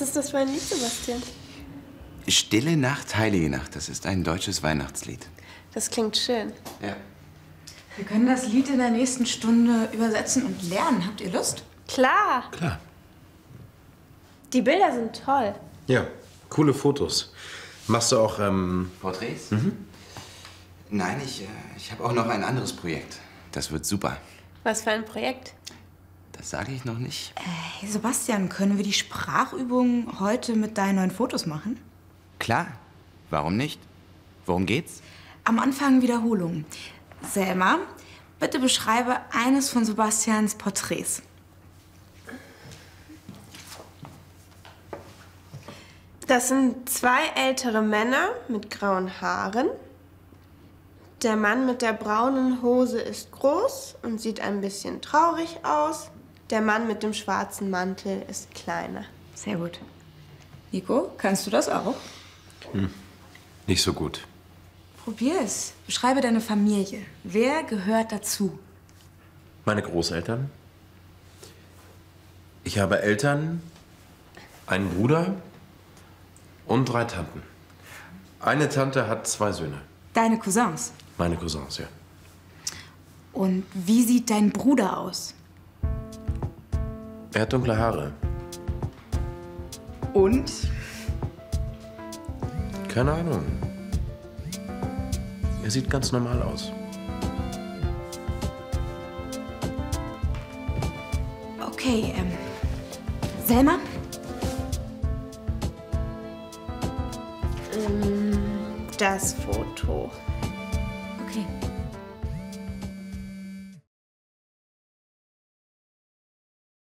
ist das für ein Lied, Sebastian? Stille Nacht, heilige Nacht. Das ist ein deutsches Weihnachtslied. Das klingt schön. Ja. Wir können das Lied in der nächsten Stunde übersetzen und lernen. Habt ihr Lust? Klar, Klar. die Bilder sind toll. Ja, coole Fotos. Machst du auch, ähm, Porträts? Mhm. Nein, ich, äh, ich habe auch noch ein anderes Projekt. Das wird super. Was für ein Projekt. Das sage ich noch nicht. Hey Sebastian, können wir die Sprachübung heute mit deinen neuen Fotos machen? Klar. Warum nicht? Worum geht's? Am Anfang Wiederholung. Selma, bitte beschreibe eines von Sebastians Porträts. Das sind zwei ältere Männer mit grauen Haaren. Der Mann mit der braunen Hose ist groß und sieht ein bisschen traurig aus. Der Mann mit dem schwarzen Mantel ist kleiner. Sehr gut. Nico, kannst du das auch? nicht so gut. Probier es. Beschreibe deine Familie. Wer gehört dazu? Meine Großeltern. Ich habe Eltern, einen Bruder und drei Tanten. Eine Tante hat zwei Söhne. Deine Cousins. Meine Cousins, ja. Und wie sieht dein Bruder aus? Er hat dunkle Haare. Und? Keine Ahnung. Er sieht ganz normal aus. Okay, ähm. Selma? Das Foto. Okay.